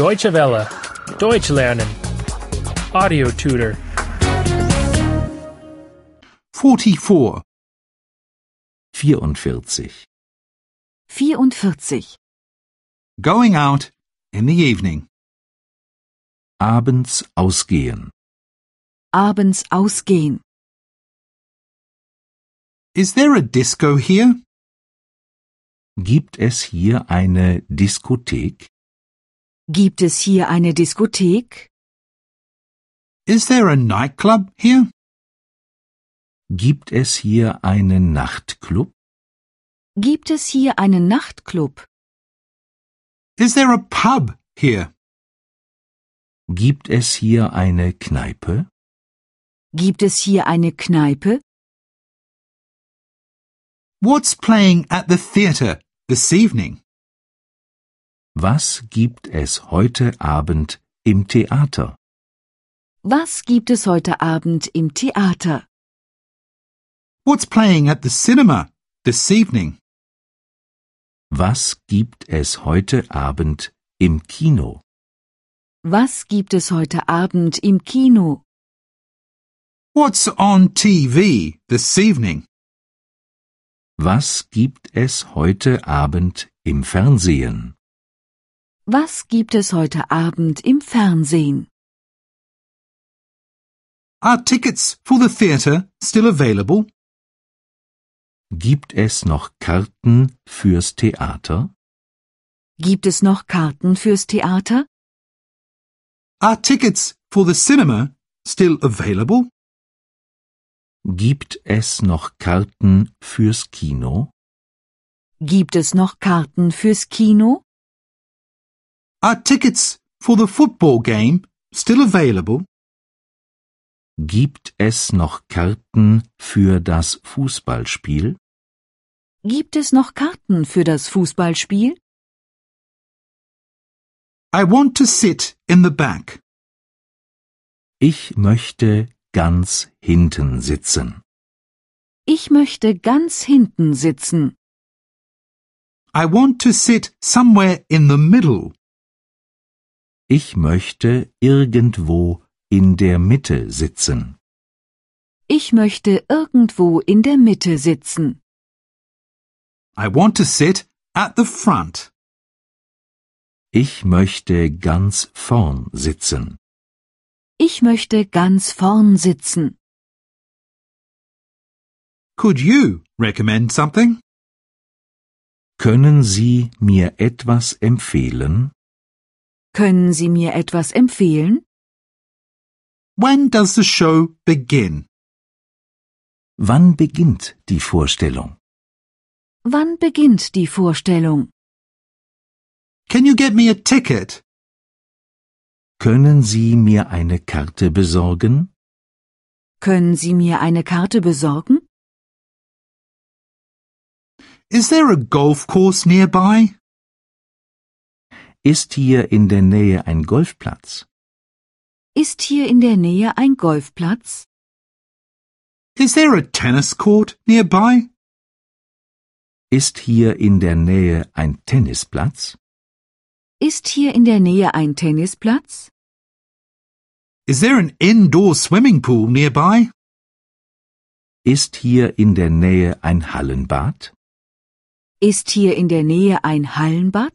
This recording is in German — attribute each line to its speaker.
Speaker 1: Deutsche Welle. Deutsch lernen. Audio tutor.
Speaker 2: 44.
Speaker 3: 44.
Speaker 4: 44.
Speaker 2: Going out in the evening.
Speaker 3: Abends ausgehen.
Speaker 4: Abends ausgehen.
Speaker 2: Is there a disco here?
Speaker 3: Gibt es hier eine Diskothek?
Speaker 4: Gibt es hier eine Diskothek?
Speaker 2: Is there a nightclub here?
Speaker 3: Gibt es hier einen Nachtclub?
Speaker 4: Gibt es hier einen Nachtclub?
Speaker 2: Is there a pub here?
Speaker 3: Gibt es hier eine Kneipe?
Speaker 4: Gibt es hier eine Kneipe?
Speaker 2: What's playing at the theatre this evening?
Speaker 3: Was gibt es heute Abend im Theater?
Speaker 4: Was gibt es heute Abend im Theater?
Speaker 2: What's playing at the cinema this evening?
Speaker 3: Was gibt es heute Abend im Kino?
Speaker 4: Was gibt es heute Abend im Kino?
Speaker 2: What's on TV this evening?
Speaker 3: Was gibt es heute Abend im Fernsehen?
Speaker 4: Was gibt es heute Abend im Fernsehen?
Speaker 2: Are tickets for the theatre still available?
Speaker 3: Gibt es noch Karten fürs Theater?
Speaker 4: Gibt es noch Karten fürs Theater?
Speaker 2: Are tickets for the cinema still available?
Speaker 3: Gibt es noch Karten fürs Kino?
Speaker 4: Gibt es noch Karten fürs Kino?
Speaker 2: Are tickets for the football game still available?
Speaker 3: Gibt es noch Karten für das Fußballspiel?
Speaker 4: Gibt es noch Karten für das Fußballspiel?
Speaker 2: I want to sit in the back.
Speaker 3: Ich möchte ganz hinten sitzen.
Speaker 4: Ich möchte ganz hinten sitzen.
Speaker 2: I want to sit somewhere in the middle.
Speaker 3: Ich möchte irgendwo in der Mitte sitzen.
Speaker 4: Ich möchte irgendwo in der Mitte sitzen.
Speaker 2: I want to sit at the front.
Speaker 3: Ich möchte ganz vorn sitzen.
Speaker 4: Ich möchte ganz vorn sitzen.
Speaker 2: Could you recommend something?
Speaker 3: Können Sie mir etwas empfehlen?
Speaker 4: Können Sie mir etwas empfehlen?
Speaker 2: When does the show begin?
Speaker 3: Wann beginnt die Vorstellung?
Speaker 4: Wann beginnt die Vorstellung?
Speaker 2: Can you get me a ticket?
Speaker 3: Können Sie mir eine Karte besorgen?
Speaker 4: Können Sie mir eine Karte besorgen?
Speaker 2: Is there a golf course nearby?
Speaker 3: Ist hier in der Nähe ein Golfplatz?
Speaker 4: Ist hier in der Nähe ein Golfplatz?
Speaker 2: Is there a tennis court nearby?
Speaker 3: Ist hier in der Nähe ein Tennisplatz?
Speaker 4: Ist hier in der Nähe ein Tennisplatz?
Speaker 2: Is there an indoor swimming pool nearby?
Speaker 3: Ist hier in der Nähe ein Hallenbad?
Speaker 4: Ist hier in der Nähe ein Hallenbad?